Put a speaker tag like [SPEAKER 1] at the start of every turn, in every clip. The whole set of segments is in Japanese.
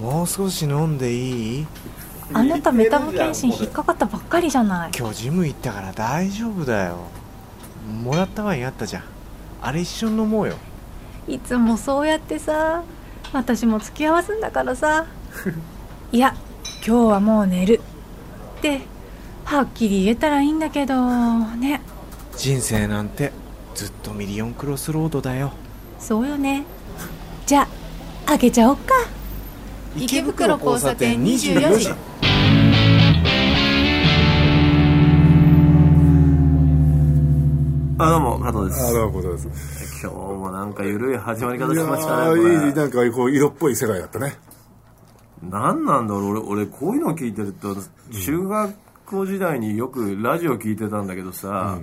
[SPEAKER 1] もう少し飲んでいい
[SPEAKER 2] あなたメタボ検診引っかかったばっかりじゃない
[SPEAKER 1] 今日ジム行ったから大丈夫だよもらったワインあったじゃんあれ一緒に飲もうよ
[SPEAKER 2] いつもそうやってさ私も付き合わすんだからさ いや今日はもう寝るってはっきり言えたらいいんだけどね
[SPEAKER 1] 人生なんてずっとミリオンクロスロードだよ
[SPEAKER 2] そうよねじゃあ開けちゃおっか池袋交差点24時
[SPEAKER 3] あ、どうも、加藤で
[SPEAKER 4] あ
[SPEAKER 3] す。
[SPEAKER 4] どうもことです。
[SPEAKER 3] 今日もなんか緩い始まり方
[SPEAKER 4] い
[SPEAKER 3] し
[SPEAKER 4] や
[SPEAKER 3] ましたね。こ
[SPEAKER 4] ーいい、
[SPEAKER 3] れ
[SPEAKER 4] なんかこう、色っぽい世界だったね。
[SPEAKER 3] 何なんだろう俺、俺、こういうの聞いてると、中学校時代によくラジオ聞いてたんだけどさ、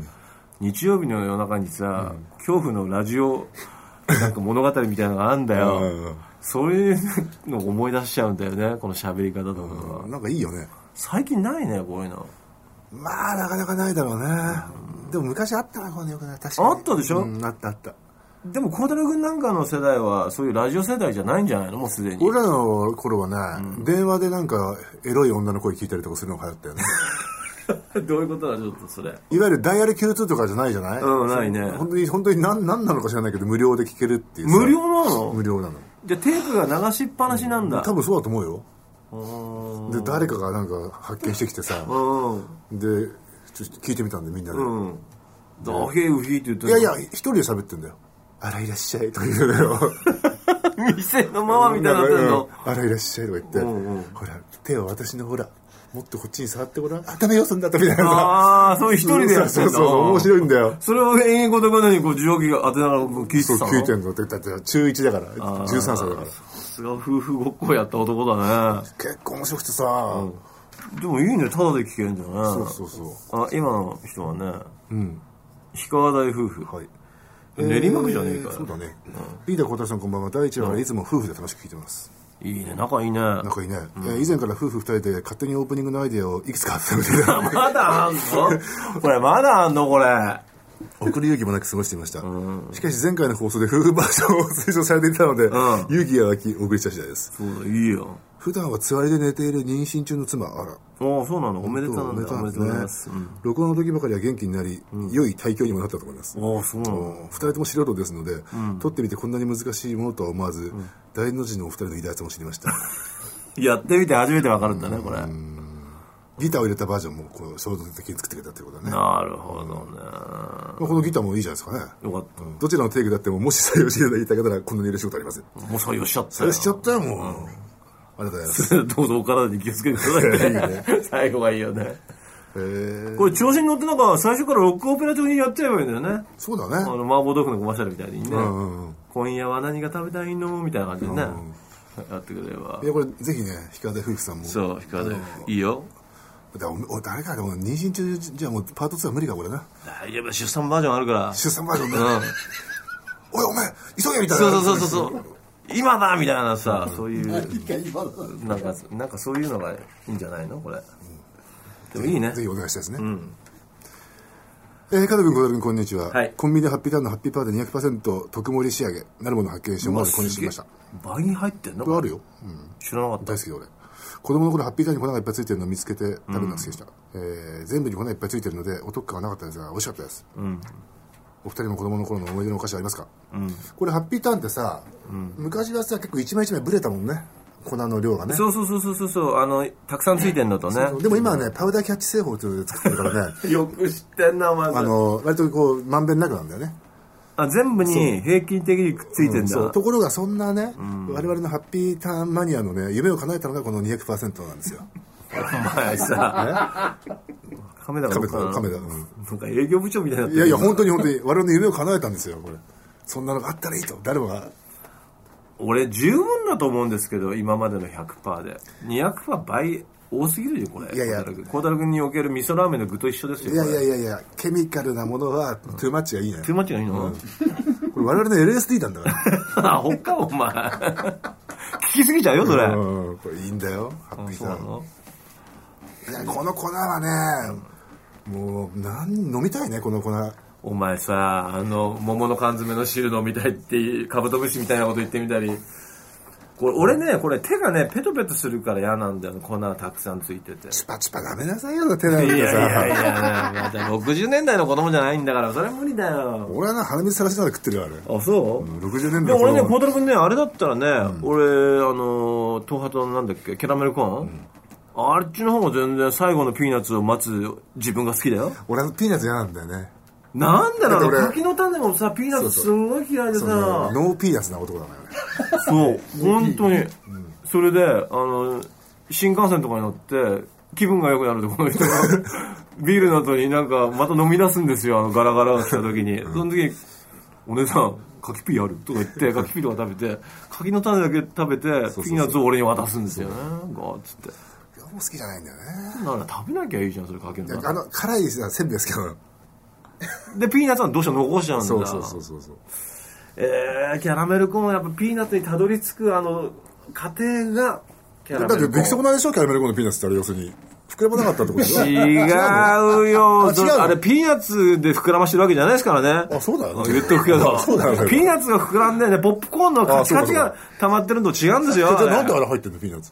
[SPEAKER 3] 日曜日の夜中にさ、恐怖のラジオ、なんか物語みたいなのがあんだ
[SPEAKER 4] う
[SPEAKER 3] よ。
[SPEAKER 4] ん
[SPEAKER 3] そういうのを思い出しちゃうんだよね、この喋り方とかが。
[SPEAKER 4] なんかいいよね。
[SPEAKER 3] 最近ないね、こういうの。
[SPEAKER 4] まあ、なかなかないだろうね。でも昔あったな、このよくない。確かに。
[SPEAKER 3] あったでしょ
[SPEAKER 4] うんあったあった。
[SPEAKER 3] でも、孝太郎君なんかの世代は、そういうラジオ世代じゃないんじゃないのもうすでに。
[SPEAKER 4] 俺らの頃はね、電話でなんか、エロい女の声聞いたりとかするのが流行ったよね。
[SPEAKER 3] どういうことだ、ちょっとそれ。
[SPEAKER 4] いわゆるダイヤル Q2 とかじゃないじゃない
[SPEAKER 3] うんないね
[SPEAKER 4] 本当に、本当に何、何なのか知らないけど、無料で聞けるっていうさ。
[SPEAKER 3] 無料なの
[SPEAKER 4] 無料なの。
[SPEAKER 3] じゃあテープが流しっぱなしなんだ
[SPEAKER 4] 多分そうだと思うよ。
[SPEAKER 3] う
[SPEAKER 4] で、誰かがなんか発見してきてさ、
[SPEAKER 3] んうん
[SPEAKER 4] で、ちょっと聞いてみたんで、みんなで。
[SPEAKER 3] うんドヒウヒって言って
[SPEAKER 4] いやいや、一人で喋ってんだよ。あらいらっしゃいとか言うのよ。
[SPEAKER 3] 店のマ マみたいになってんの
[SPEAKER 4] あらいらっしゃいとか言って、
[SPEAKER 3] うんうん
[SPEAKER 4] ほら、手を私のほら、もっとこっちに触ってごらん。あ、ダメよ、そんなとみたいなさ。
[SPEAKER 3] ああそういう一人でやってんだ
[SPEAKER 4] そうそうそう、面白いんだよ。
[SPEAKER 3] それを延々とこのようにこう受話器が当てながら聞いて
[SPEAKER 4] そう、
[SPEAKER 3] たの
[SPEAKER 4] 聞いてんのって、だって中1だから、13歳だから。
[SPEAKER 3] さすが夫婦ごっこやった男だね
[SPEAKER 4] 結構面白くてさ、
[SPEAKER 3] でもいいねタダで聞けるんだよね
[SPEAKER 4] そうそうそ
[SPEAKER 3] あ今の人はね
[SPEAKER 4] う。うん。
[SPEAKER 3] 氷川大夫婦
[SPEAKER 4] はい。
[SPEAKER 3] 練馬区じゃねえか
[SPEAKER 4] そうだね。リーダー小田さんこんばんは。第一話はいつも夫婦で楽しく聞いてます。
[SPEAKER 3] いいね仲いいね
[SPEAKER 4] 仲いいね。えー以前から夫婦二人で勝手にオープニングのアイデアをいくつか集めて
[SPEAKER 3] まだあんのこれまだあんのこれ
[SPEAKER 4] 送る勇気もなく過ごしていました、しかし前回の放送で夫婦バージョンを推奨されていたので、
[SPEAKER 3] ん
[SPEAKER 4] 勇気が湧きお送りした次第です
[SPEAKER 3] そうだいいよ
[SPEAKER 4] 普段はつわりで寝ている妊娠中の妻あら
[SPEAKER 3] ああそうなのおめでとうなんだお
[SPEAKER 4] 本
[SPEAKER 3] めで
[SPEAKER 4] 当
[SPEAKER 3] とうございます、うん
[SPEAKER 4] 録音の時ばかりは元気になり、良い体調にもなったと思います、
[SPEAKER 3] ああそうなの
[SPEAKER 4] 2人とも素人ですので、撮ってみてこんなに難しいものとは思わず、大の字のお二人の偉大さも知り ました
[SPEAKER 3] やってみて初めてわかるんだねこれ
[SPEAKER 4] ギターを入れたバージョンもこう衝動的に作ってくれたってことだね、ま
[SPEAKER 3] なるほどね
[SPEAKER 4] あこのギターもいいじゃないですかね
[SPEAKER 3] よかった
[SPEAKER 4] どちらのテイクだってももし採用していただいた方ならこんなに嬉しいことありません
[SPEAKER 3] もう採用しちゃった
[SPEAKER 4] そ
[SPEAKER 3] よ
[SPEAKER 4] れしちゃったよもう、ありがとうございます
[SPEAKER 3] どうぞお体に気をつけてくだ さいね最後がいいよね
[SPEAKER 4] へえ
[SPEAKER 3] これ調子に乗ってなんか最初からロックオペラ調にやっちゃえばいいんだよね
[SPEAKER 4] そうだ
[SPEAKER 3] あ
[SPEAKER 4] ね
[SPEAKER 3] の麻婆豆腐のコマーシャルみたいにね、
[SPEAKER 4] うんうんうん
[SPEAKER 3] 今夜は何が食べたいのみたいな感じでね、やってくれれば
[SPEAKER 4] いやこれぜひね氷川大夫婦さんも
[SPEAKER 3] そう光川大夫いいよ
[SPEAKER 4] だおお誰かでも妊娠中じゃもうパート2は無理かこれな
[SPEAKER 3] 大丈夫出産バージョンあるから
[SPEAKER 4] 出産バージョンで、
[SPEAKER 3] うん
[SPEAKER 4] おいお前急げみたいな
[SPEAKER 3] そうそうそうそうそう今だみたいなさそういうなんかなんかそういうのがいいんじゃないのこれでもいいね
[SPEAKER 4] ぜひお願いしたいですね、えー、加藤君、小田君、こんにちは、
[SPEAKER 3] はい
[SPEAKER 4] コンビニでハッピーターンのハッピーパーで200%特盛り仕上げ、なるものを発見して、思わず購入
[SPEAKER 3] す
[SPEAKER 4] してき
[SPEAKER 3] げえ
[SPEAKER 4] ました。こ
[SPEAKER 3] 倍に入ってんの
[SPEAKER 4] れあるよ。うん
[SPEAKER 3] 知らなかった
[SPEAKER 4] 大好きで俺子供の頃ハッピーターンに粉がいっぱいついてるのを見つけて食べるのが好きでした、えー全部に粉がいっぱいついてるのでお得感はなかったですが美味しかったです、お二人も子供の頃の思い出のお菓子はありますか、これハッピーターンってさ、昔はさ結構一枚一枚ブレたもんね粉の量がね
[SPEAKER 3] そうそうそうそうそうそうあのたくさんついてんだとね
[SPEAKER 4] でも今はねパウダーキャッチ製法というので作っ てるからね
[SPEAKER 3] よく知ってんなお前
[SPEAKER 4] あの割とこうまんべんなくなんだよね
[SPEAKER 3] あ全部に平均的にくっついてんだ
[SPEAKER 4] そうところがそんなね、我々のハッピーターンマニアのね夢を叶えたのがこの200%なんですよ
[SPEAKER 3] お前さカメラ
[SPEAKER 4] カメだカメだ、うん
[SPEAKER 3] なんか営業部長みたいになって
[SPEAKER 4] いや
[SPEAKER 3] る
[SPEAKER 4] いや、本当に本当に、我々の夢を叶えたんですよ、これ。そんなのがあったらいいと、誰もが。
[SPEAKER 3] 俺十分だと思うんですけど今までの100%で200%倍多すぎるよこれ
[SPEAKER 4] いやいや
[SPEAKER 3] 孝太郎君における味噌ラーメンの具と一緒ですよ
[SPEAKER 4] いやいやい
[SPEAKER 3] や
[SPEAKER 4] やいや、ケミカルなものは、トゥーマッチがいいね。
[SPEAKER 3] トゥーマッチがいい の、
[SPEAKER 4] これ我々の LSD なんだか
[SPEAKER 3] あほかお前聞きすぎちゃうよそれ、
[SPEAKER 4] ら。 うん、これいいんだよ、ハッピー
[SPEAKER 3] そう
[SPEAKER 4] タ
[SPEAKER 3] な
[SPEAKER 4] ー
[SPEAKER 3] の
[SPEAKER 4] ン。いや、この粉はね、もう、なん、飲みたいね、この粉。
[SPEAKER 3] お前さあの桃の缶詰の汁飲みたいってカブトムシみたいなこと言ってみたりこれ俺ねこれ手がねペトペトするから嫌なんだよね粉がたくさんついてて
[SPEAKER 4] チュパチュパダメなさいよ、手なん
[SPEAKER 3] いやい
[SPEAKER 4] て
[SPEAKER 3] やい
[SPEAKER 4] さ。
[SPEAKER 3] や、また60年代の子供じゃないんだから、それは無理だよ。
[SPEAKER 4] 俺はな、鼻水さらしながら食ってるよ、あれ。
[SPEAKER 3] あ、そう、
[SPEAKER 4] 60年代
[SPEAKER 3] でも俺ね、
[SPEAKER 4] この
[SPEAKER 3] 孝太郎君ね、あれだったらね、俺、あの、東波となんだっけ、キャラメルコーン、あっちの方が全然最後のピーナッツを待つ自分が好きだよ。
[SPEAKER 4] 俺はピーナッツ嫌なんだよね。
[SPEAKER 3] なんだろうあ
[SPEAKER 4] だって俺
[SPEAKER 3] の、柿の種もさ、ピーナッツすんごい嫌いで
[SPEAKER 4] その
[SPEAKER 3] さ、
[SPEAKER 4] ノーピーナッツな男だからね。
[SPEAKER 3] そう、本当に。それで、あの、新幹線とかに乗って、気分が良くなるとこの人が、 ビールの後になんか、また飲み出すんですよ、あの、ガラガラが来た時に。その時に、お姉さん、柿ピーあるとか言 って、柿ピーとか食べて、柿の種だけ食べて、
[SPEAKER 4] うそう
[SPEAKER 3] ピーナッツを俺に渡すんですよね。ガーッつって。
[SPEAKER 4] いやもう好きじゃないんだよね。
[SPEAKER 3] なら食べなきゃいいじゃん、それ柿の
[SPEAKER 4] いやあ
[SPEAKER 3] 種。
[SPEAKER 4] の、辛いさ、せんべいですけど。
[SPEAKER 3] で、ピーナッツはどうしても残しちゃうんだ。
[SPEAKER 4] そうそうそうそうそう。
[SPEAKER 3] えー、キャラメルコーンはやっぱピーナッツにたどり着く、あの、過程が、キャラメルコ
[SPEAKER 4] だ
[SPEAKER 3] ー
[SPEAKER 4] っ
[SPEAKER 3] ン。
[SPEAKER 4] て出来損ないでしょキャラメルコーンのピーナッツってあれ要するに膨らまなかったってことでしょ
[SPEAKER 3] 違うよ。
[SPEAKER 4] あ違うの
[SPEAKER 3] あれ、ピーナッツで膨らましてるわけじゃないですからね。
[SPEAKER 4] あそうだよね
[SPEAKER 3] 言っとくけど。
[SPEAKER 4] そうだよね
[SPEAKER 3] ピーナッツが膨らんでね、ポップコーンのカチカチ
[SPEAKER 4] あそう
[SPEAKER 3] が
[SPEAKER 4] か
[SPEAKER 3] 溜まってるのと違うんですよ。
[SPEAKER 4] じゃあなんで
[SPEAKER 3] あれ
[SPEAKER 4] あれ入ってんのピーナッツ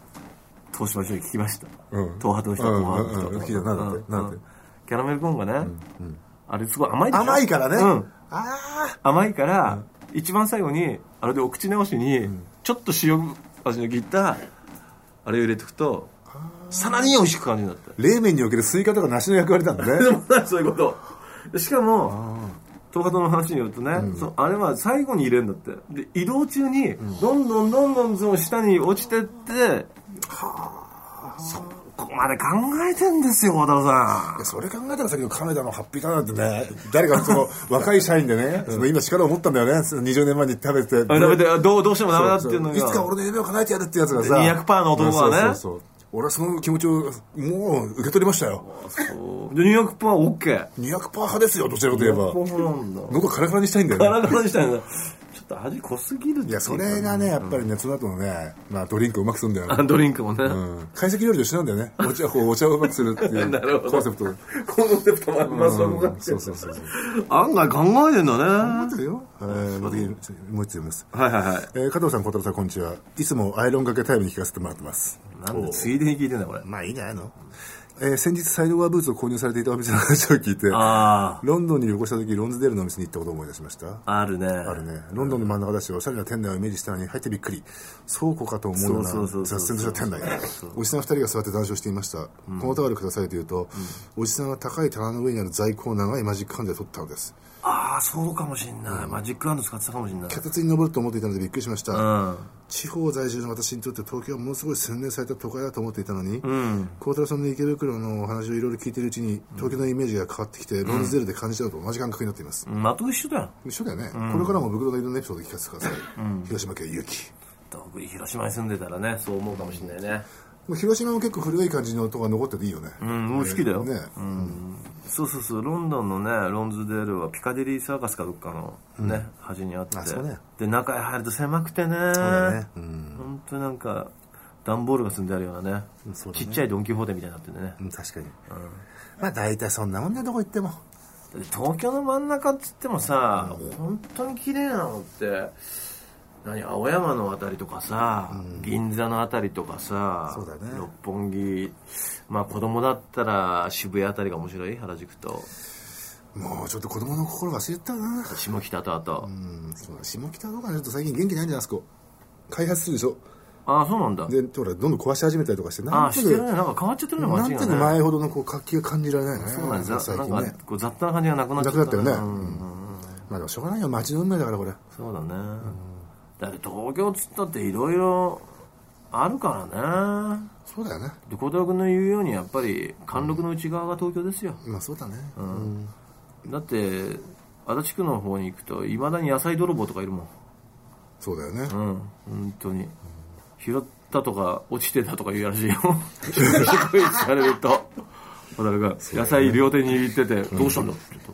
[SPEAKER 3] 東芝署に聞きました。
[SPEAKER 4] うん
[SPEAKER 3] 東派の人、
[SPEAKER 4] う
[SPEAKER 3] 東
[SPEAKER 4] ん
[SPEAKER 3] 派の
[SPEAKER 4] うん
[SPEAKER 3] 人。
[SPEAKER 4] うん聞いたなんだってなんだって
[SPEAKER 3] キャラメルコーンがね、あれすごい甘いでしょ
[SPEAKER 4] 甘いからね、
[SPEAKER 3] うん。
[SPEAKER 4] あ
[SPEAKER 3] 甘いから、一番最後に、あれでお口直しに、ちょっと塩味の効いた、あれを入れておくと、さらに美味しく感じになって。
[SPEAKER 4] ー冷麺におけるスイカとか梨の役割なんだ
[SPEAKER 3] で
[SPEAKER 4] ね
[SPEAKER 3] もないそういうことしかも東方の話によるとね、そのあれは最後に入れるんだってで移動中にどんどんどんどんその下に落ちてって、そこまで考えてんですよ小太郎さ
[SPEAKER 4] いやそれ考えたらさっきのカナダのハッピーターンなんてね誰かその若い社員でねその今力を持ったんだよねその20年前に食べて
[SPEAKER 3] んあダメだよどうどうしてもダメだっていうのが
[SPEAKER 4] そうそうつか俺の夢を叶えてやるってやつがさ
[SPEAKER 3] 200%の男がね
[SPEAKER 4] うんそうそうそう俺はその気持ちをもう受け取りましたよ
[SPEAKER 3] そうでニューヨークパンは OK
[SPEAKER 4] 200%派ですよどちらかといえば
[SPEAKER 3] そうなんだ
[SPEAKER 4] 喉カラカラにしたいんだよね
[SPEAKER 3] ガラガラにしたいなちょっと味濃すぎるってい
[SPEAKER 4] いうや、それがね、やっぱりね、その後のね、まあ、ドリンクをうまくするんだよ
[SPEAKER 3] あ
[SPEAKER 4] ね。
[SPEAKER 3] ドリンクもね、
[SPEAKER 4] うん。懐石料理と一緒なんだよね。 お茶こうお茶をうまくするって い
[SPEAKER 3] なるほど
[SPEAKER 4] うコンセプト。うん
[SPEAKER 3] コンセプトもあります、そこが
[SPEAKER 4] そうそうそうそう。
[SPEAKER 3] 案外考えてんだね
[SPEAKER 4] 待ってよ。えー、また次もう一つ読みます。
[SPEAKER 3] はいはいはい
[SPEAKER 4] えー、加藤さん、小太郎さん、こんにちは。いつもアイロン掛けタイムに聞かせてもらってます。
[SPEAKER 3] なんでついでに聞いてんだこれ
[SPEAKER 4] まあ、いいんじゃないのえー、先日、サイドワーブーツを購入されていたお店の話を聞いて、
[SPEAKER 3] あ
[SPEAKER 4] ロンドンに旅行した時、ロンズデールのお店に行ったことを思い出しました。
[SPEAKER 3] ああるね
[SPEAKER 4] あるね。ロンドンの真ん中だし、おしゃれな店内をイメージしたのに入ってびっくり。倉庫かと思うような
[SPEAKER 3] そうそうそうそう
[SPEAKER 4] 雑然とした店内。おじさん二人が座って談笑していました。このタオルくださいと言うと、おじさんは高い棚の上にある在庫を長いマジックハンドで取ったのです。
[SPEAKER 3] ああそうかもしんないマジックハンド使ってたかもしんない
[SPEAKER 4] 脚立に登ると思っていたのでびっくりしました。
[SPEAKER 3] うん
[SPEAKER 4] 地方在住の私にとって東京はものすごい洗練された都会だと思っていたのに、孝太郎さんの池袋のお話をいろいろ聞いているうちに、東京のイメージが変わってきて、ロンズゼルで感じたのと同じ感覚になっています。
[SPEAKER 3] まと一緒だよ
[SPEAKER 4] 一緒だよね。これからも袋のいろんなエピソード聞かせてください。広島県勇気。
[SPEAKER 3] 特に広島に住んでたらねそう思うかもしんないね
[SPEAKER 4] もう広島も結構古い感じの音が残ってていいよね。
[SPEAKER 3] うんもう好きだよ
[SPEAKER 4] ね、
[SPEAKER 3] そうそうそうロンドンのねロンズデールはピカデリーサーカスかどっかのね端にあって
[SPEAKER 4] あそうね
[SPEAKER 3] で中へ入ると狭くてね
[SPEAKER 4] だねう
[SPEAKER 3] 本当なんか段ボールが積んであるようなね
[SPEAKER 4] そうだ
[SPEAKER 3] ち
[SPEAKER 4] ね
[SPEAKER 3] っちゃいドン・キホーテみたいになってんでね
[SPEAKER 4] うん、確かに。まあ大体そんなもんね、どこ行っても。
[SPEAKER 3] 東京の真ん中っつってもさ、本当に綺麗なのって何青山のあたりとかさ、銀座のあたりとかさ
[SPEAKER 4] そうだね
[SPEAKER 3] 六本木まあ子供だったら渋谷あたりが面白い原宿と
[SPEAKER 4] もうちょっと子供の心が忘れてたな。
[SPEAKER 3] 下北とあと、
[SPEAKER 4] うん、そうだ下北とかね、ちょっと最近元気ないんじゃないですか。開発するでしょ。
[SPEAKER 3] ああそうなんだ
[SPEAKER 4] で、ほら、どんどん壊し始めたりとかして、
[SPEAKER 3] あ
[SPEAKER 4] な
[SPEAKER 3] あ
[SPEAKER 4] んと
[SPEAKER 3] し
[SPEAKER 4] な
[SPEAKER 3] てるね
[SPEAKER 4] く、
[SPEAKER 3] なんか変わっちゃってるの
[SPEAKER 4] な
[SPEAKER 3] 街
[SPEAKER 4] ん
[SPEAKER 3] が
[SPEAKER 4] となく
[SPEAKER 3] ね
[SPEAKER 4] 前ほどのこう活気が感じられないね。
[SPEAKER 3] そうなんだ
[SPEAKER 4] 最
[SPEAKER 3] ざ
[SPEAKER 4] 近
[SPEAKER 3] なん
[SPEAKER 4] ね
[SPEAKER 3] か。こう雑多な感じがなくなっち
[SPEAKER 4] な
[SPEAKER 3] ゃっ
[SPEAKER 4] く
[SPEAKER 3] た
[SPEAKER 4] なったよね。う
[SPEAKER 3] うん
[SPEAKER 4] んまあでもしょうがないよ、街の運命だから、これ。
[SPEAKER 3] そうだね、だって東京っつったっていろいろあるからね
[SPEAKER 4] そうだよね。
[SPEAKER 3] で孝太郎君の言うようにやっぱり貫禄の内側が東京ですよ、
[SPEAKER 4] まあそうだね。
[SPEAKER 3] だって足立区の方に行くといまだに野菜泥棒とかいるもん
[SPEAKER 4] そうだよね
[SPEAKER 3] う。ん本当に拾ったとか落ちてたとか言うらしい よすごいされると小太郎君野菜両手に握ってて、どうしたんだって言うと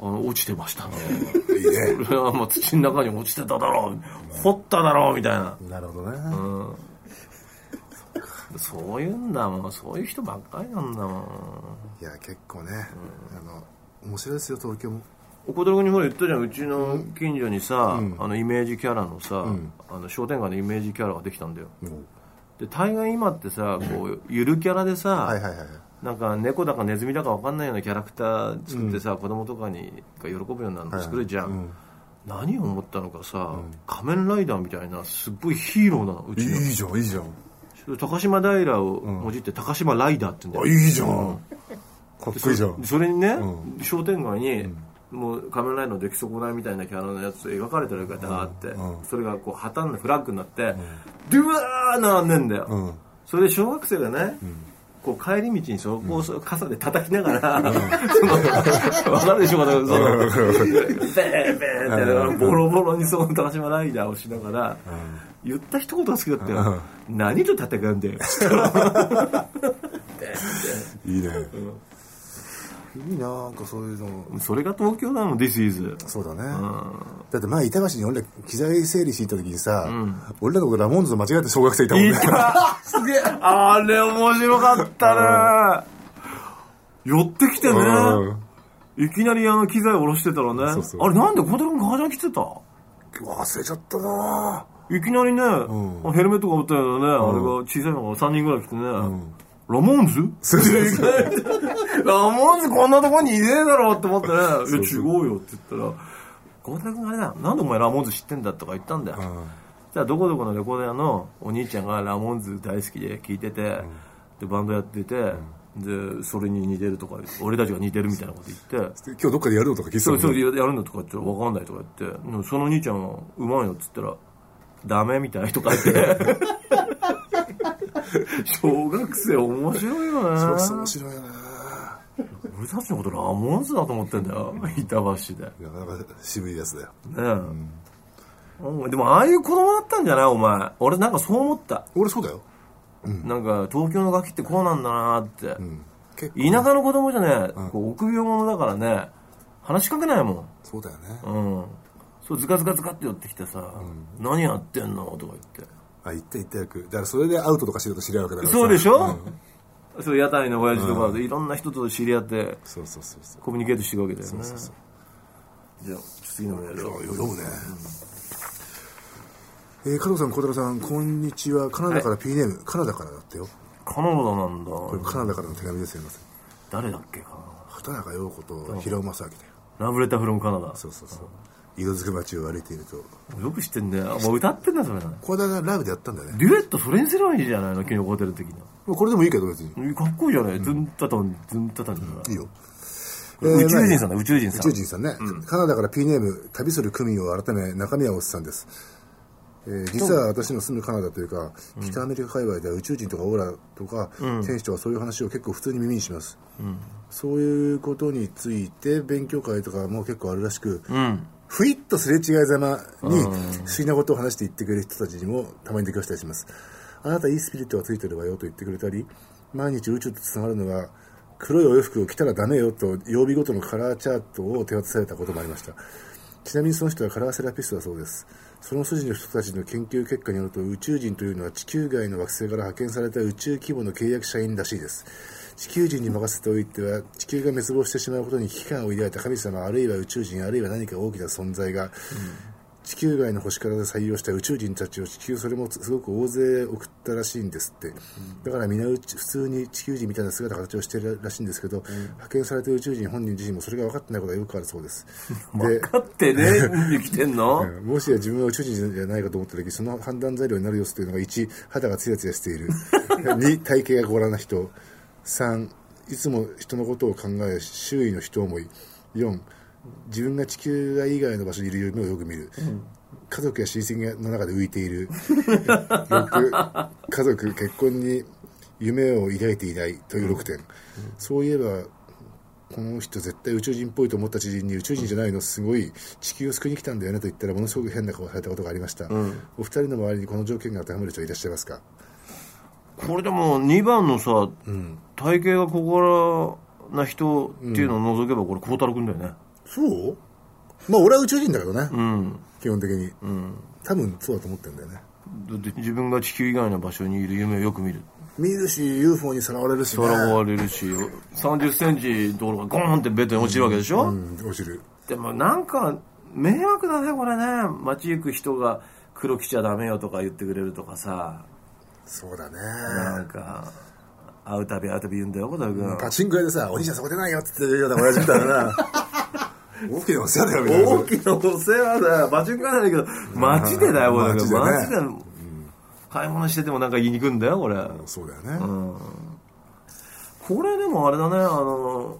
[SPEAKER 3] あの落ちてましたね
[SPEAKER 4] いいね。
[SPEAKER 3] それはもう土の中に落ちてただろう掘っただろうみたいな
[SPEAKER 4] なるほどね。
[SPEAKER 3] そういうんだもんそういう人ばっかりなんだもん
[SPEAKER 4] いや結構ね、あの面白いですよ東京も
[SPEAKER 3] 岡田君にほら言ったじゃんうちの近所にさ、あのイメージキャラのさ、あの商店街のイメージキャラができたんだよ、で大概今ってさこうゆるキャラでさ、
[SPEAKER 4] はいはいはい
[SPEAKER 3] なんか猫だかネズミだか分かんないようなキャラクター作ってさ、子供とかにが喜ぶようなの作るじゃん、何を思ったのかさ、仮面ライダーみたいなすっごいヒーローなのう
[SPEAKER 4] い
[SPEAKER 3] ちの
[SPEAKER 4] いじゃんいいじゃん
[SPEAKER 3] 高島平をもじって高島ライダーって言うんだよ
[SPEAKER 4] あいいじゃんかっこ いいじゃん
[SPEAKER 3] そそれにね、商店街に、もう仮面ライダーの出来損ないみたいなキャラのやつ描かれてる方があって、それがこう破綻のフラッグになって、ドゥワー並んでんだよ、
[SPEAKER 4] ん
[SPEAKER 3] それで小学生がね、こう帰り道にそこをそう傘で叩きながら、その分かるでしょうか、そのベーベーってボロボロにその高島ライダーをしながら、言った一言が好きだったよ、何と戦うんだよ
[SPEAKER 4] いいねいいななんかそういうの
[SPEAKER 3] それが東京なの This is
[SPEAKER 4] そうだねだって前板橋に俺ら機材整理しに行った時にさ俺らのことラモンズと間違えて小学生いたもん
[SPEAKER 3] い
[SPEAKER 4] ね
[SPEAKER 3] たすげえあれ面白かったね寄ってきてね
[SPEAKER 4] うん
[SPEAKER 3] いきなりあの機材下ろしてたらね
[SPEAKER 4] そうそう
[SPEAKER 3] あれなんで小太郎君革ジャン着てた
[SPEAKER 4] 忘れちゃったない
[SPEAKER 3] きなりね、ヘルメットかぶったようなね、あれが小さいのが3人ぐらい来てね、ラモンズ
[SPEAKER 4] それで
[SPEAKER 3] ラモンズこんなとこにいねえだろうって思ってね、いや
[SPEAKER 4] う
[SPEAKER 3] 違
[SPEAKER 4] そう
[SPEAKER 3] うよって言ったら、小太郎君あれだ、なんでお前ラモンズ知ってんだとか言ったんだよ。じゃあどこどこのレコード屋のお兄ちゃんがラモンズ大好きで聞いてて、でバンドやってて、でそれに似てるとか俺たちが似てるみたいなこと言って
[SPEAKER 4] 今日どっかでやるのとか聞いてた
[SPEAKER 3] そ
[SPEAKER 4] も
[SPEAKER 3] うんそう
[SPEAKER 4] ね
[SPEAKER 3] やるのとか言ったら分かんないとか言ってでもその兄ちゃんはうまいよっつったらダメみたいとか 言って小学生面白いよね
[SPEAKER 4] そうそう面白いよね
[SPEAKER 3] 俺たちのことラモンズだと思ってんだよ板橋で
[SPEAKER 4] なかなか渋いやつだよ
[SPEAKER 3] ねえ、お前でもああいう子供だったんじゃないお前俺なんかそう思った
[SPEAKER 4] 俺そうだよ
[SPEAKER 3] なんか東京のガキってこうなんだなーって、
[SPEAKER 4] 結構
[SPEAKER 3] 田舎の子供じゃね、こう臆病者だからね話しかけないも
[SPEAKER 4] そうだよね
[SPEAKER 3] んうんそうズカズカズカって寄ってきてさ、何やってんのとか言って
[SPEAKER 4] あ言って言って役だからそれでアウトとかしてると知り合うわけだからさ
[SPEAKER 3] そうでしょ、そう屋台の親父とかでいろんな人と知り合って
[SPEAKER 4] そうそうそうそう
[SPEAKER 3] コミュニケートしていくわけだよねじゃあ次のメールを
[SPEAKER 4] あ読むね、えー加藤さん小太郎さんこんにちはカナダから P ネーム、カナダからだってよ
[SPEAKER 3] カナダなんだ
[SPEAKER 4] これカナダからの手紙ですよません
[SPEAKER 3] 誰だっけか
[SPEAKER 4] 畑中陽子と平尾正明だよ
[SPEAKER 3] なラブレターフロムカナダ
[SPEAKER 4] そうそうそう色づく街を歩いていると
[SPEAKER 3] よく知ってんだよもう歌ってんだそれな
[SPEAKER 4] 小田がライブでやったんだよね
[SPEAKER 3] デュエットそれにすればいいじゃないの昨日ホテルの時に
[SPEAKER 4] もうこれでもいいけど別に
[SPEAKER 3] かっこいいじゃない、ズンタタンズンタタンじゃない
[SPEAKER 4] いいよ
[SPEAKER 3] 宇宙人さんだ宇宙人さん
[SPEAKER 4] 宇宙人さんね、カナダから P ネーム旅する組を改め中宮おっさんです、えー実は私の住むカナダというか、北アメリカ界隈では宇宙人とかオーラとか、選手とかそういう話を結構普通に耳にします、そういうことについて勉強会とかも結構あるらしく、ふいっとすれ違いざまに不思議なことを話して言ってくれる人たちにもたまに出くわしたりしますあなたいいスピリットがついてるわよと言ってくれたり毎日宇宙とつながるのが黒いお洋服を着たらダメよと曜日ごとのカラーチャートを手渡されたこともありましたちなみにその人はカラーセラピストだそうですその筋の人たちの研究結果によると宇宙人というのは地球外の惑星から派遣された宇宙規模の契約社員らしいです地球人に任せておいては地球が滅亡してしまうことに危機感を抱いた神様あるいは宇宙人あるいは何か大きな存在が、地球外の星からで採用した宇宙人たちを地球それもすごく大勢送ったらしいんですって、だから皆うち普通に地球人みたいな姿形をしてるらしいんですけど、派遣された宇宙人本人自身もそれが分かってないことがよくあるそう ですで
[SPEAKER 3] だって ね生きてんの
[SPEAKER 4] うんもしや自分は宇宙人じゃないかと思った時その判断材料になる要素というのが1肌がツヤツヤしている2体型が小柄な人3いつも人のことを考え周囲の人を思い4自分が地球外以外の場所にいる夢をよく見る、家族や親戚の中で浮いている6家族結婚に夢を抱いていないという6点、そういえばこの人絶対宇宙人っぽいと思った知人に宇宙人じゃないのすごい地球を救いに来たんだよねと言ったらものすごく変な顔されたことがありました、お二人の周りにこの条件が当てはまる人はいらっしゃいますか
[SPEAKER 3] これでも2番のさ、体型が小柄な人っていうのを除けばこれ孝太郎君だよね
[SPEAKER 4] そうまあ俺は宇宙人だけどね、
[SPEAKER 3] うん
[SPEAKER 4] 基本的に、多分そうだと思ってんだよね
[SPEAKER 3] だって自分が地球以外の場所にいる夢をよく見る
[SPEAKER 4] 見るし UFO にさらわれるし、ね、
[SPEAKER 3] 空が割れるし3 0ンチのところがゴーンってベッドに落ちるわけでしょ、
[SPEAKER 4] うん落ちる
[SPEAKER 3] でもなんか迷惑だねこれね街行く人が黒着ちゃダメよとか言ってくれるとかさ
[SPEAKER 4] そうだね
[SPEAKER 3] なんか会うたび会うたび言うんだよ小田君
[SPEAKER 4] パチンコ屋でさ「お兄ちゃんそこ出ないよ」って言ってるような親父みたいな な大きなお世話だよみたいな
[SPEAKER 3] 大きなお世話だよパチンコ屋なんだけど街でだよ小田君
[SPEAKER 4] 街
[SPEAKER 3] 街
[SPEAKER 4] で
[SPEAKER 3] で買い物しててもなんか言いにくいんだよこれ
[SPEAKER 4] そうだよね
[SPEAKER 3] これでもあれだねあの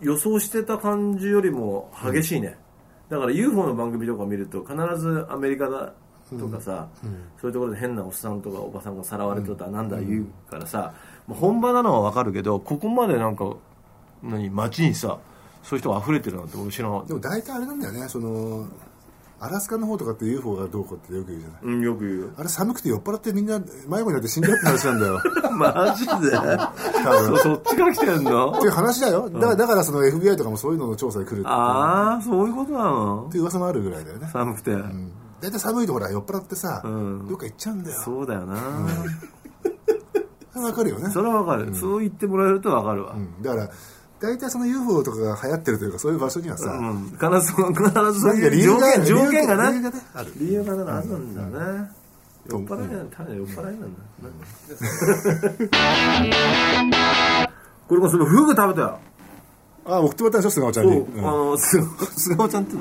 [SPEAKER 3] 予想してた感じよりも激しいね、だから UFO の番組とか見ると必ずアメリカだとかさ、そういうところで変なおっさんとかおばさんがさらわれとったなんだ言うからさ、まあ本場なのはわかるけどここまでなんか何街にさそういう人が溢れてるなんて俺知らなかっ
[SPEAKER 4] で
[SPEAKER 3] た
[SPEAKER 4] も大体あれなんだよねそのアラスカの方とかって UFO がどうこうってよく言うじゃない
[SPEAKER 3] うんよく言うよ
[SPEAKER 4] あれ寒くて酔っ払ってみんな迷子になって死んだって話なんだよ
[SPEAKER 3] マジで
[SPEAKER 4] 多
[SPEAKER 3] そ
[SPEAKER 4] 分
[SPEAKER 3] そっちから来てんの
[SPEAKER 4] っていう話だよだからだからその FBI とかもそういうのの調査で来るっていうっ
[SPEAKER 3] ああそういうことなの
[SPEAKER 4] ていう噂もあるぐらいだよね
[SPEAKER 3] 寒くて、
[SPEAKER 4] 大体寒いとほら酔っ払ってさ、
[SPEAKER 3] ん
[SPEAKER 4] どっか行っちゃうんだよ
[SPEAKER 3] そうだよな、
[SPEAKER 4] わかるよね
[SPEAKER 3] それはわかる、そう言ってもらえるとわかるわ、う
[SPEAKER 4] うんんだから大体その UFO とかが流行ってるというかそういう場所にはさ、
[SPEAKER 3] 必ず必ずそう
[SPEAKER 4] 何か理
[SPEAKER 3] いう
[SPEAKER 4] 由
[SPEAKER 3] 条
[SPEAKER 4] が
[SPEAKER 3] 件条件がな
[SPEAKER 4] 理由がねある
[SPEAKER 3] 理由がなあるんだね、
[SPEAKER 4] うん
[SPEAKER 3] 酔っ払いなんだ単に酔っ払いなんだ、 これもそのフグ食べたよ
[SPEAKER 4] あ送ってもらったでしょ菅野ちゃん
[SPEAKER 3] そ
[SPEAKER 4] に、
[SPEAKER 3] う、
[SPEAKER 4] う
[SPEAKER 3] あ
[SPEAKER 4] ん
[SPEAKER 3] のす菅尾ちゃんって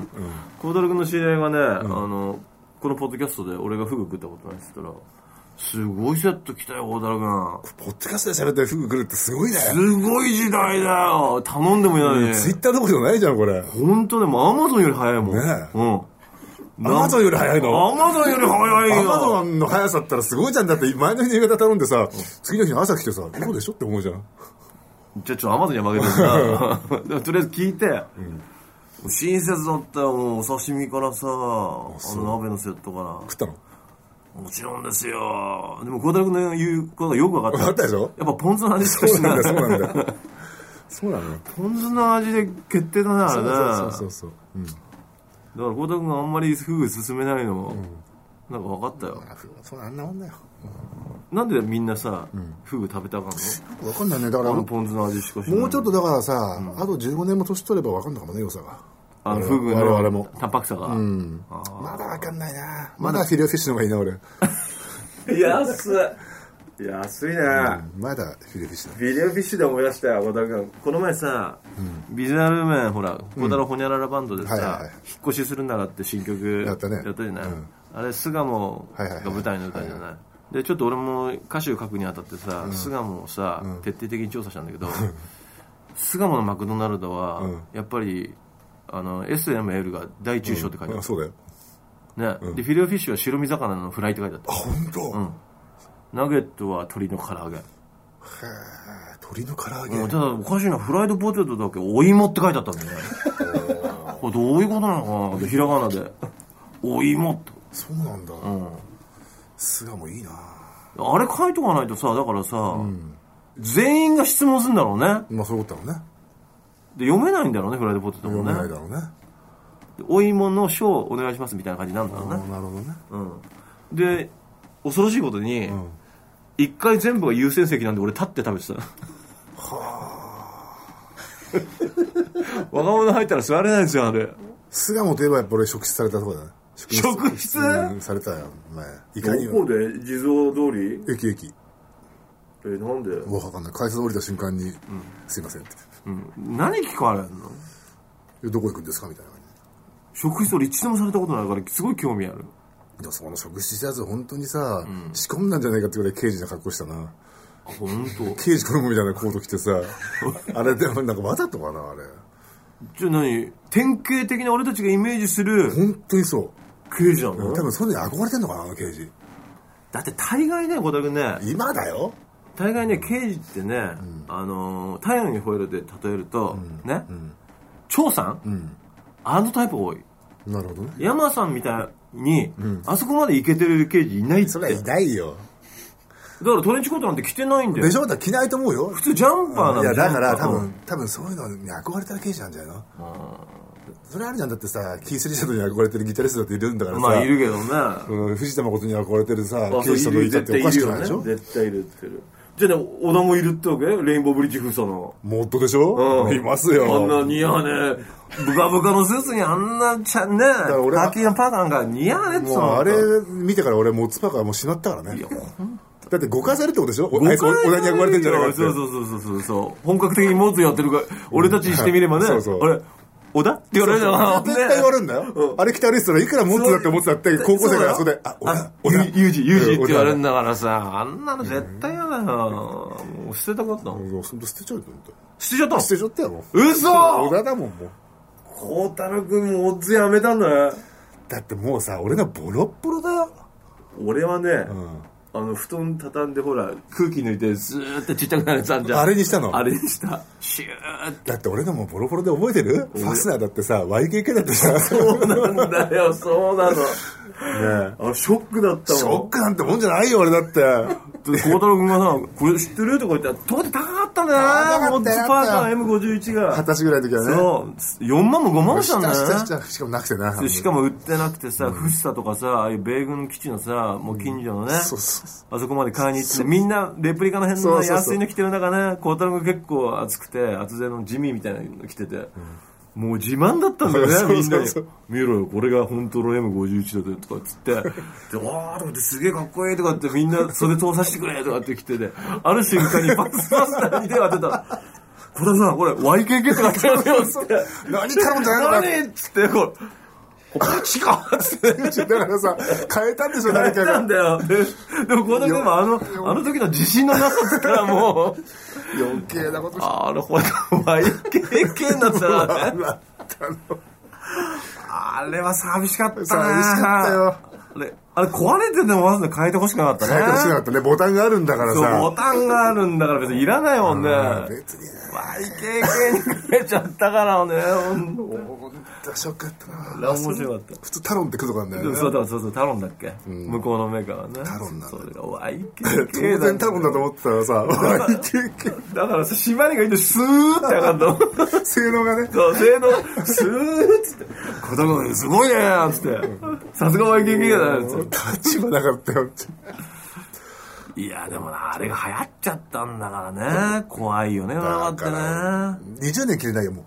[SPEAKER 3] 孝太郎君の知り合いがね、あのこのポッドキャストで俺がフグ食ったことないっつったらすごいセット来たよ孝太郎
[SPEAKER 4] ポッドキャストで喋ってフグ来るってすごいね
[SPEAKER 3] 君すごい時代だよ頼んでもいないのに
[SPEAKER 4] ツイッターどころじゃないじゃんこれ
[SPEAKER 3] 本当でもアマゾンより早いもん。
[SPEAKER 4] ねえ
[SPEAKER 3] うん。
[SPEAKER 4] アマゾンより早いの
[SPEAKER 3] アマゾンより早い
[SPEAKER 4] ア
[SPEAKER 3] よ。
[SPEAKER 4] マゾンの速さだったらすごいじゃんだって前の日の夕方頼んでさ次の日の朝来てさどうでしょって思うじゃん
[SPEAKER 3] じゃあちょっとアマゾンには負 けてるな。でもとりあえず聞いて。親切だったよ、もうお刺身からさ、あの鍋のセットか
[SPEAKER 4] 食ったの
[SPEAKER 3] ら。もちろんですよ。でも、孝太郎君の言うことがよく分かった。
[SPEAKER 4] 分かったでしょ
[SPEAKER 3] やっぱポン酢の味しか
[SPEAKER 4] そう
[SPEAKER 3] し
[SPEAKER 4] なん
[SPEAKER 3] な
[SPEAKER 4] だ
[SPEAKER 3] い。
[SPEAKER 4] そうなんだ そうなのよ
[SPEAKER 3] ポン酢の味で決定だな、あ
[SPEAKER 4] そ
[SPEAKER 3] れね。
[SPEAKER 4] うそうそうそううん
[SPEAKER 3] だから、孝太郎君があんまりフグ進めないのも、なんか分かったよ。
[SPEAKER 4] あそうあんなもんだよ
[SPEAKER 3] なんでみんなさ、フグ食べたがんの
[SPEAKER 4] 分かんないねだから
[SPEAKER 3] あの
[SPEAKER 4] も
[SPEAKER 3] ポン酢の味しかしない。
[SPEAKER 4] うちょっとだからさあと15年も年取れば分かんのかもね良さが
[SPEAKER 3] あのフグ
[SPEAKER 4] 我々も
[SPEAKER 3] のタンパクさが。
[SPEAKER 4] まだ分かんないなまだフィレオフィッシュの方がいいな俺
[SPEAKER 3] 安い。安いね。
[SPEAKER 4] まだフィレオフィッシュだ
[SPEAKER 3] ビデオフィッシュで思い出したよ、小田君。この前さ、ビジュアル面、ほら、小田のほにゃららバンドで
[SPEAKER 4] はいはいは
[SPEAKER 3] さ
[SPEAKER 4] い、
[SPEAKER 3] 引っ越しするならって新曲
[SPEAKER 4] やったね
[SPEAKER 3] じゃない
[SPEAKER 4] うん。
[SPEAKER 3] あれ、巣鴨
[SPEAKER 4] はいはいはい
[SPEAKER 3] が舞台の歌じゃない。で、ちょっと俺も歌詞を書くにあたってさ、巣鴨をさ、徹底的に調査したんだけど、巣鴨のマクドナルドは、やっぱり、あの、SML が大中小って書いてあ
[SPEAKER 4] あ
[SPEAKER 3] る。
[SPEAKER 4] そうだよ
[SPEAKER 3] ね、でフィレオフィッシュは白身魚のフライって書いてあった
[SPEAKER 4] あ本当。へ
[SPEAKER 3] ナゲットは鶏の唐揚げ、
[SPEAKER 4] え鶏の唐揚げ
[SPEAKER 3] うんただおかしいなフライドポテトだけお芋って書いてあったんだね これどういうことなのかなってひらがなでお芋って
[SPEAKER 4] そうなんだ巣鴨いいな
[SPEAKER 3] あれ書いとかないとさだからさ、全員が質問するんだろうね
[SPEAKER 4] まあそういうことだろうね
[SPEAKER 3] で読めないんだろうねフライドポテト
[SPEAKER 4] 読
[SPEAKER 3] も
[SPEAKER 4] めない
[SPEAKER 3] ね
[SPEAKER 4] だろうね
[SPEAKER 3] でお芋の賞お願いしますみたいな感じになるんだろう
[SPEAKER 4] あ
[SPEAKER 3] ね
[SPEAKER 4] なるほどね
[SPEAKER 3] うん、で恐ろしいことに、一回全部が優先席なんで俺立って食べてたは 若者入ったら座れないんですよあれ
[SPEAKER 4] 巣鴨といえばやっぱ俺職質されたとこだね
[SPEAKER 3] 職質
[SPEAKER 4] うんされたよ前いかにも
[SPEAKER 3] で地蔵通り
[SPEAKER 4] 駅駅
[SPEAKER 3] えなんで、
[SPEAKER 4] もうわかんない改札降りた瞬間に「すいません」って
[SPEAKER 3] うん、何聞かれんの
[SPEAKER 4] で「どこ行くんですか?」みたいな感
[SPEAKER 3] 職員俺一度もされたことないからすごい興味ある
[SPEAKER 4] じでもその職質したやつ本当にさ仕込んだんじゃないかってぐらい刑事な格好したな
[SPEAKER 3] 本当。
[SPEAKER 4] 刑事子供みたいなコート着て さあれでもなんかわざとかなあれ
[SPEAKER 3] じゃあ何典型的な俺たちがイメージする
[SPEAKER 4] 本当にそ
[SPEAKER 3] 刑事な
[SPEAKER 4] う多
[SPEAKER 3] の
[SPEAKER 4] 分そういうのに憧れてんのかなあの刑事
[SPEAKER 3] だって大概ね小田君ね
[SPEAKER 4] 今だよ
[SPEAKER 3] 大概ね刑事ってね、あのー太陽に吠えるで例えると、ね、長さん、あのタイプ多い
[SPEAKER 4] なるほどね
[SPEAKER 3] 山さんみたいに、あそこまでイケてる刑事いないって
[SPEAKER 4] そ
[SPEAKER 3] だ
[SPEAKER 4] れ
[SPEAKER 3] か
[SPEAKER 4] はいないよ
[SPEAKER 3] らトレンチコートなんて着てないんだよ
[SPEAKER 4] でしょだから着ないと思うよ
[SPEAKER 3] 普通ジャンパーなん
[SPEAKER 4] い
[SPEAKER 3] だ
[SPEAKER 4] や
[SPEAKER 3] よ
[SPEAKER 4] だから
[SPEAKER 3] ジャ
[SPEAKER 4] 多
[SPEAKER 3] ンパー
[SPEAKER 4] 分多分そういうのに憧れた刑事なんじゃないのそれあるじゃんだってさキース・リチャードに憧れてるギタリストだっているんだからさ、
[SPEAKER 3] まあいるけどね、
[SPEAKER 4] うん藤田誠に憧れてるさ
[SPEAKER 3] あそう
[SPEAKER 4] 刑事との
[SPEAKER 3] い
[SPEAKER 4] いたっ
[SPEAKER 3] 絶対
[SPEAKER 4] てお
[SPEAKER 3] い
[SPEAKER 4] か
[SPEAKER 3] る
[SPEAKER 4] しく
[SPEAKER 3] よ
[SPEAKER 4] ないでしょ
[SPEAKER 3] ね絶対いるってるじゃあね、小田もいるってわけレインボーブリッジ封鎖の。
[SPEAKER 4] もっとでしょ、いますよ。
[SPEAKER 3] あんな似合わねえ。ブカブカのスーツにあんなちゃんね、
[SPEAKER 4] ら俺
[SPEAKER 3] ラッキーのパーカーなんか似合わねえって
[SPEAKER 4] もうあれ見てから俺もうツパカもうしまったからね。だって誤解されるってことでしょ誤
[SPEAKER 3] 誤
[SPEAKER 4] 解され
[SPEAKER 3] 解
[SPEAKER 4] 俺に憧れてんじゃないかって。
[SPEAKER 3] そうそうそうそうそうそう。本格的にモーツやってるから、俺たちにしてみればね、
[SPEAKER 4] そうそう
[SPEAKER 3] あれ、小田って言われるじゃん。
[SPEAKER 4] 絶対言われるんだ
[SPEAKER 3] う
[SPEAKER 4] よ。あれ着て歩いてたらいくら持ってだって思ってたって、高校生があそこで、あ、俺だ、俺だ
[SPEAKER 3] ゆゆうじ、ゆうじって言われるん
[SPEAKER 4] だ。
[SPEAKER 3] だからさ、あんなの絶対嫌だよ。もう捨てたかったの
[SPEAKER 4] 俺だもうほんと捨てちゃうよ、ほんと
[SPEAKER 3] 捨てちゃったの
[SPEAKER 4] 捨てちゃったよ、もう。
[SPEAKER 3] 嘘
[SPEAKER 4] 小田だもん、もう。
[SPEAKER 3] 孝太郎君もオッズやめたんだね。
[SPEAKER 4] だってもうさ、俺のボロッボロだよ。
[SPEAKER 3] 俺はね、
[SPEAKER 4] ん
[SPEAKER 3] あの布団畳んでほら空気抜いてずーってちっちゃくなるやつあんじゃん
[SPEAKER 4] あれにしたの
[SPEAKER 3] あれにしたシューって
[SPEAKER 4] だって俺のもボロボロで覚えてるファスナーだってさ、YKK だってさ、
[SPEAKER 3] そうなんだ よそうなの
[SPEAKER 4] ね
[SPEAKER 3] あショックだった
[SPEAKER 4] ショ
[SPEAKER 3] も
[SPEAKER 4] ッ
[SPEAKER 3] ん
[SPEAKER 4] クなんてもんじゃないよ、俺だって。
[SPEAKER 3] で孝太郎君がさ「これ知ってる?」とか言ったら当時高かったね
[SPEAKER 4] 高か
[SPEAKER 3] モ
[SPEAKER 4] っ
[SPEAKER 3] ッ
[SPEAKER 4] た
[SPEAKER 3] ツ
[SPEAKER 4] よ
[SPEAKER 3] パーカー M51 が
[SPEAKER 4] 二十歳ぐらいの時はね。
[SPEAKER 3] そう4万も5万もしたんだ
[SPEAKER 4] 下
[SPEAKER 3] ね
[SPEAKER 4] 下下しかもなくてな。
[SPEAKER 3] でしかも売ってなくてさ、フッサとかさ、ああいう米軍基地のさ、もう近所のね、
[SPEAKER 4] そうそうそ
[SPEAKER 3] あそこまで買いに行って、みんなレプリカの辺
[SPEAKER 4] そ
[SPEAKER 3] の
[SPEAKER 4] うそうそう
[SPEAKER 3] 安いの着てる中ね、孝太郎が結構厚くて、厚手のジミーみたいなの着てて、もう自慢だったんだよ
[SPEAKER 4] そう
[SPEAKER 3] ね、
[SPEAKER 4] そう
[SPEAKER 3] みんなに
[SPEAKER 4] そうそう。
[SPEAKER 3] 見ろよ、これが本当の M51 だととかっつって、で、わーとかってすげえかっこいいとかってみんな袖通させてくれとかって来てて、ある瞬間にバスパスターに手を当てたら、小田さん、これ YKK って書いてあるよっつって。
[SPEAKER 4] 何頼んじゃないのか
[SPEAKER 3] 何っつって、こう。パチかっつって。
[SPEAKER 4] だからさ、変えたんでしょ、
[SPEAKER 3] や
[SPEAKER 4] 誰
[SPEAKER 3] っ
[SPEAKER 4] か
[SPEAKER 3] たんだ
[SPEAKER 4] が。
[SPEAKER 3] よ。ででも、この時もあの、あの時の自信のなさっつったらも う、
[SPEAKER 4] 余計なことし
[SPEAKER 3] あの、ほら、YKK になってたからね。
[SPEAKER 4] なったの。
[SPEAKER 3] あれは寂しかったな
[SPEAKER 4] 寂しかったよ。
[SPEAKER 3] あれ、あれ壊れててもわざわざ変えてほしくなかったね。
[SPEAKER 4] 変えてほしくなかったね。ボタンがあるんだから
[SPEAKER 3] そう、ボ
[SPEAKER 4] さ。
[SPEAKER 3] タンがあるんだから別にいらないもんね。
[SPEAKER 4] 別に、
[SPEAKER 3] YKK に変えちゃったからね、ほんと。
[SPEAKER 4] ショックだったな。
[SPEAKER 3] 面白かった。
[SPEAKER 4] 普通タロンって来るとこなんだよね。
[SPEAKER 3] そうだそうそうタロンだっけ、向こうのメーカーはね
[SPEAKER 4] タロンなん
[SPEAKER 3] そ
[SPEAKER 4] だ
[SPEAKER 3] れが YKK
[SPEAKER 4] 当然タロンだと思ってたらさ、YKK
[SPEAKER 3] だからさ縛りがいいのスーって上がったの
[SPEAKER 4] 性能がね。
[SPEAKER 3] そう性能スーっつって「子供がすごいね」っつって「さすが YKK だな」っつっ
[SPEAKER 4] 立場なかったよって。
[SPEAKER 3] ていやでもなあれが流行っちゃったんだからね怖いよね世の中ってね
[SPEAKER 4] 20年着れないよ、も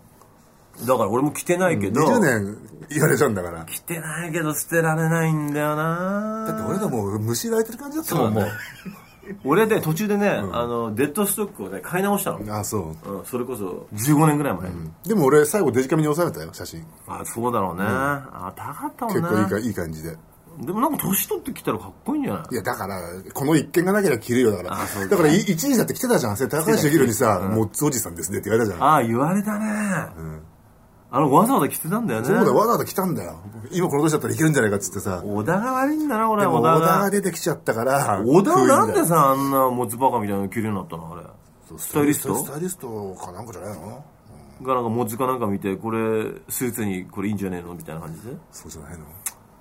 [SPEAKER 3] だから俺も着てないけ
[SPEAKER 4] う。
[SPEAKER 3] ど、
[SPEAKER 4] 20年言われちゃうんだから。
[SPEAKER 3] 着てないけど捨てられないんだよな
[SPEAKER 4] だって俺らもう虫らいてる感じだったもん、もう。
[SPEAKER 3] 俺で途中でね、あのデッドストックをね買い直したの、
[SPEAKER 4] あ、そう。
[SPEAKER 3] うん、それこそ15年ぐらい前、
[SPEAKER 4] でも俺最後デジカメに収めたよ、写真。
[SPEAKER 3] あそうだろうね、あ高かったもんね
[SPEAKER 4] 結構いいかいい感じで。
[SPEAKER 3] でもなんか年取ってきたらかっこいいんじゃない
[SPEAKER 4] いや、だから、この一件がなければ着るよ、だから。だから、い一時だって来てたじゃん。それ高橋できるにさ、もうおじさんですねって言われたじゃん。
[SPEAKER 3] ああ言われたね、あのわざわざ着てたんだよね
[SPEAKER 4] そうだ、わざわざ来たんだよ。今この年だったらいけるんじゃないかっつってさ。
[SPEAKER 3] 小田が悪いんだな俺
[SPEAKER 4] で
[SPEAKER 3] は
[SPEAKER 4] も、
[SPEAKER 3] 小
[SPEAKER 4] オ
[SPEAKER 3] 田
[SPEAKER 4] ーダーが
[SPEAKER 3] が
[SPEAKER 4] 出てきちゃったから。
[SPEAKER 3] 小田はなん
[SPEAKER 4] 不運
[SPEAKER 3] で
[SPEAKER 4] だよ
[SPEAKER 3] さあんなモツバカみたいなの着るようになったのあれスタイリスト
[SPEAKER 4] スタイリストかなんかじゃないの
[SPEAKER 3] がなんかモツかなんか見てこれスーツにこれいいんじゃねえのみたいな感じで
[SPEAKER 4] そうじゃないの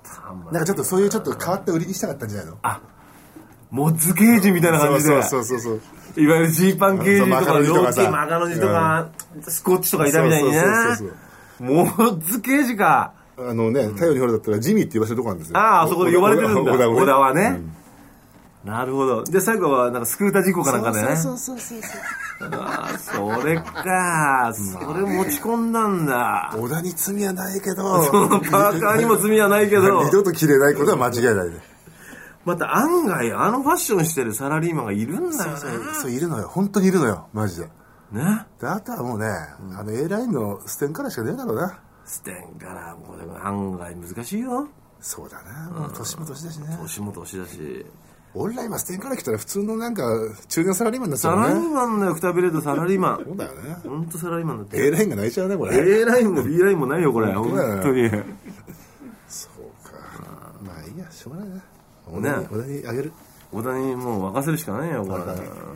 [SPEAKER 3] たま
[SPEAKER 4] なんかちょっとそういうちょっと変わった売りにしたかったんじゃないの
[SPEAKER 3] モツ刑事みたいな感じで
[SPEAKER 4] そうそうそうそう。
[SPEAKER 3] いわゆるジーパン刑事とか
[SPEAKER 4] そうマカロニと
[SPEAKER 3] ロ
[SPEAKER 4] か
[SPEAKER 3] ー
[SPEAKER 4] さ
[SPEAKER 3] キーマカロニとか、スコッチとかいたみたいにね
[SPEAKER 4] そうそうそう
[SPEAKER 3] モツ刑事か
[SPEAKER 4] あのね、太陽にほらだったらジミーって言わせるとこなんですよ。
[SPEAKER 3] ああ、あそこで呼ばれてるんだ、
[SPEAKER 4] 小
[SPEAKER 3] 小田
[SPEAKER 4] 田を
[SPEAKER 3] はね。なるほど。で、最後は、なんか、スクーター事故かなんかでね。そうそうそうそう。ああ、それか。それ持ち込んだんだ。
[SPEAKER 4] 小田に罪はないけど、
[SPEAKER 3] そのパーカーにも罪はないけど、
[SPEAKER 4] 二度と着れないことは間違いないね。
[SPEAKER 3] また案外、あのファッションしてるサラリーマンがいるんだよ
[SPEAKER 4] そうそういるのよ本当にいるのよマジで
[SPEAKER 3] ね。ね。
[SPEAKER 4] であとはもうね、あの A ラインのステンからしか出ないだろうな
[SPEAKER 3] ステンから、もうでも案外難しいよ。
[SPEAKER 4] そうだな、もう年も年だしね
[SPEAKER 3] 年も年だし。
[SPEAKER 4] 俺ら今ステンから来たら普通のなんか中年サラリーマンになっちゃ
[SPEAKER 3] サ
[SPEAKER 4] う
[SPEAKER 3] ラリ
[SPEAKER 4] も
[SPEAKER 3] ー
[SPEAKER 4] んね
[SPEAKER 3] マンだよ、くたびれたサラリーマ
[SPEAKER 4] そ
[SPEAKER 3] ン。
[SPEAKER 4] うだよね
[SPEAKER 3] ほんとサラリーマンだって。
[SPEAKER 4] A ラインが泣いちゃうねこれ
[SPEAKER 3] A ラインも B ラインもないよ、これ。
[SPEAKER 4] 本
[SPEAKER 3] 本
[SPEAKER 4] 当だよ
[SPEAKER 3] 当に。
[SPEAKER 4] そうかまあいいやしょうがないな小
[SPEAKER 3] ね
[SPEAKER 4] 田に小田にあげる
[SPEAKER 3] 小田にもう任せるしかないよ、これ。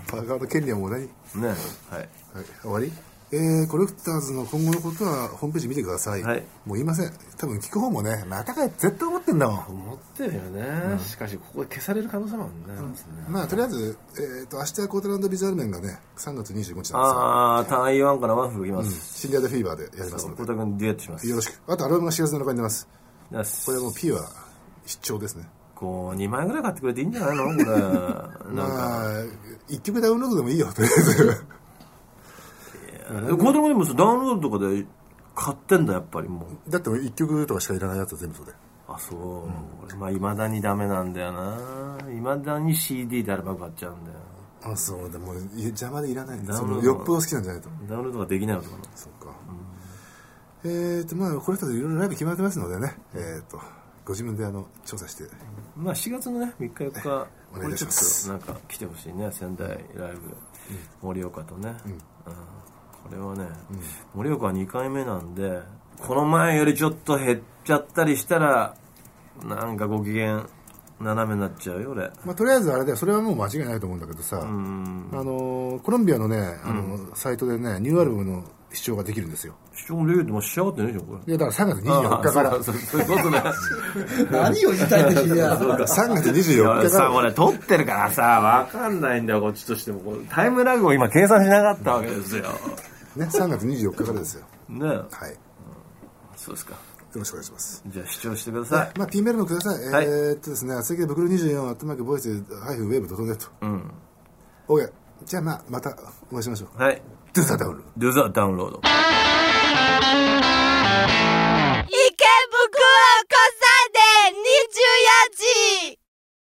[SPEAKER 4] パーカーの権利はもう小田に、
[SPEAKER 3] ね。はい。
[SPEAKER 4] はい、終わりえー、コレクターズの今後のことはホームページ見てください、
[SPEAKER 3] はい
[SPEAKER 4] もう言いません多分聞く方もねまたかい絶対思ってんだもん
[SPEAKER 3] 思ってるよね。しかし、ここで消される可能性もあるね。
[SPEAKER 4] まあとりあえず、えー、と明日はコートランドビジュアル面がね3月25日なんですよ
[SPEAKER 3] ああ、台湾からワンフル行きます。
[SPEAKER 4] シンディアフィーバーでやりますの
[SPEAKER 3] 小
[SPEAKER 4] で
[SPEAKER 3] 田君デュエットします。
[SPEAKER 4] よろしくあとアルバムが4月7日に出ます
[SPEAKER 3] よし
[SPEAKER 4] これはもう P は必聴ですね
[SPEAKER 3] こう、2枚ぐらい買ってくれていいんじゃないのこれ。なんか。
[SPEAKER 4] まあ、一曲ダウンロードでもいいよ、とりあえず。
[SPEAKER 3] 子供でもそうダウンロードとかで買ってんだ、やっぱりもう。
[SPEAKER 4] だって一曲とかしかいらないやつは全部そうで。
[SPEAKER 3] あ、そう。俺まあ、未だにダメなんだよな。未だに CD でアルバム買っちゃうんだよ。
[SPEAKER 4] あ、そうだ、もうい邪魔でいらないんだ。
[SPEAKER 3] ダウ
[SPEAKER 4] そ
[SPEAKER 3] ンロー
[SPEAKER 4] の
[SPEAKER 3] ド
[SPEAKER 4] よっぽど好きなんじゃないと。
[SPEAKER 3] ダウンロードができないのとかな。
[SPEAKER 4] そうか。えーと、まあ、この人たちいろいろライブ決まってますのでね、えーと、ご自分であの、調査して。
[SPEAKER 3] まあ、4月のね、3日4日、
[SPEAKER 4] お願いいたします
[SPEAKER 3] これちょっとなんか来てほしいね、仙台ライブ、盛岡とね。うんこれはね、盛岡は2回目なんで、この前よりちょっと減っちゃったりしたら、なんかご機嫌斜めになっちゃうよ、俺。
[SPEAKER 4] まあ、とりあえずあれだよ、それはもう間違いないと思うんだけどさ、
[SPEAKER 3] うん。
[SPEAKER 4] あの、コロンビアのね、あの、サイトでね、ニューアルバムの視聴ができるんですよ。
[SPEAKER 3] 視聴レートもしちゃってねえじゃん、これ。
[SPEAKER 4] いや、だから3月24日から
[SPEAKER 3] あ。そうそうそういうことね。
[SPEAKER 5] 何を言いたいんだ君は
[SPEAKER 4] 3月
[SPEAKER 3] いや
[SPEAKER 4] 24日か
[SPEAKER 3] さ、
[SPEAKER 4] ら。
[SPEAKER 3] 俺撮ってるからさ、わかんないんだよ、こっちとしても。こうタイムラグを今計算しなかったわけですよ。
[SPEAKER 4] ね、3月24日からですよ。
[SPEAKER 3] ねえ
[SPEAKER 4] はい。よ
[SPEAKER 3] そうですか。
[SPEAKER 4] ろしくお願いします。
[SPEAKER 3] じゃあ、視聴してください。
[SPEAKER 4] まあ、P メールのください。
[SPEAKER 3] はい
[SPEAKER 4] えーっとですね、厚木ブクル24、アットマークボイス、ハイフウェブドットネット。
[SPEAKER 3] うん。
[SPEAKER 4] OK。じゃあまあ、またお会いしましょう。
[SPEAKER 3] はい。
[SPEAKER 4] ドゥザダウル。
[SPEAKER 3] Do the download.